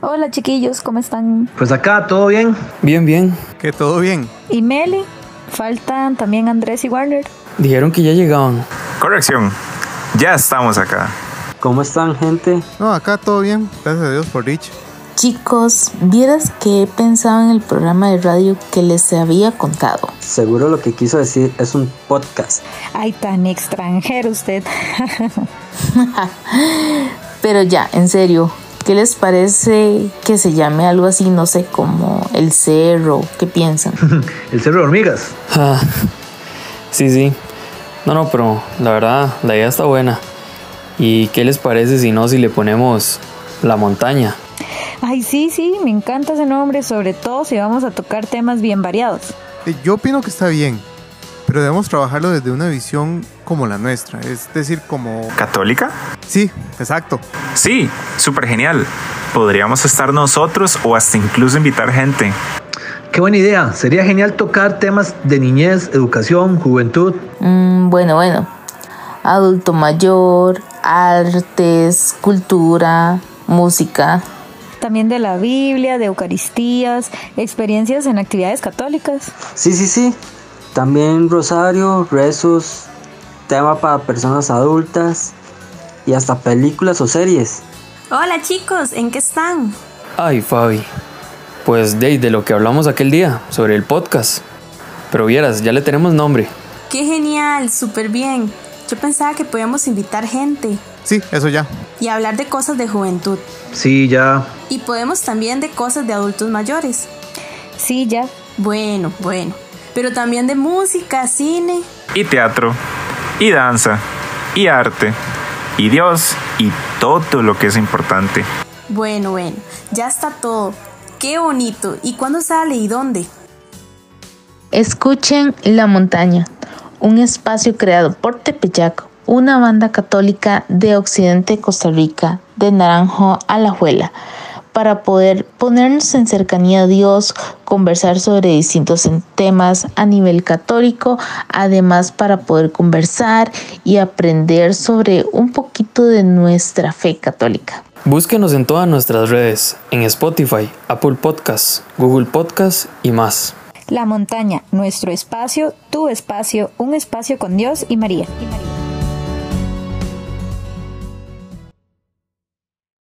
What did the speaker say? Hola chiquillos, ¿cómo están? Pues acá, ¿todo bien? Bien, bien. Que todo bien. Y Meli, faltan también Andrés y Warner. Dijeron que ya llegaban. Corrección. Ya estamos acá. ¿Cómo están, gente? No, acá todo bien. Gracias a Dios por dicho. Chicos, vieras que he pensado en el programa de radio que les había contado. Seguro lo que quiso decir es un podcast. Ay, tan extranjero usted. Pero ya, en serio, ¿qué les parece que se llame algo así, no sé, como el cerro? ¿Qué piensan? El cerro de hormigas. Ah, sí, sí. No, no, pero la verdad, la idea está buena. ¿Y qué les parece si no, si le ponemos la montaña? Ay, sí, sí, me encanta ese nombre, sobre todo si vamos a tocar temas bien variados. Eh, Yo opino que está bien, pero debemos trabajarlo desde una visión como la nuestra. Es decir, como... ¿Católica? Sí, exacto. Sí, súper genial. Podríamos estar nosotros o hasta incluso invitar gente. Qué buena idea. Sería genial tocar temas de niñez, educación, juventud. Mm, bueno, bueno. Adulto mayor, artes, cultura, música. También de la Biblia, de Eucaristías, experiencias en actividades católicas. Sí, sí, sí. También rosario, rezos, tema para personas adultas y hasta películas o series. Hola chicos, ¿en qué están? Ay, Fabi. Pues de, de lo que hablamos aquel día, sobre el podcast. Pero vieras, ya le tenemos nombre. ¡Qué genial! ¡Súper bien! Yo pensaba que podíamos invitar gente Sí, eso ya. y hablar de cosas de juventud. Sí, ya. Y podemos también de cosas de adultos mayores. Sí, ya. Bueno, bueno. Pero también de música, cine. Y teatro. Y danza. Y arte. Y Dios. Y todo lo que es importante. Bueno, bueno. Ya está todo. ¡Qué bonito! ¿Y cuándo sale y dónde? Escuchen La Montaña, un espacio creado por Tepeyac, una banda católica de Occidente de Costa Rica, de Naranjo a La Juela, para poder ponernos en cercanía a Dios, conversar sobre distintos en- temas a nivel católico, además para poder conversar y aprender sobre un poquito de nuestra fe católica. Búsquenos en todas nuestras redes, en Spotify, Apple Podcasts, Google Podcasts y más. La montaña, nuestro espacio, tu espacio, un espacio con Dios y María. Y María.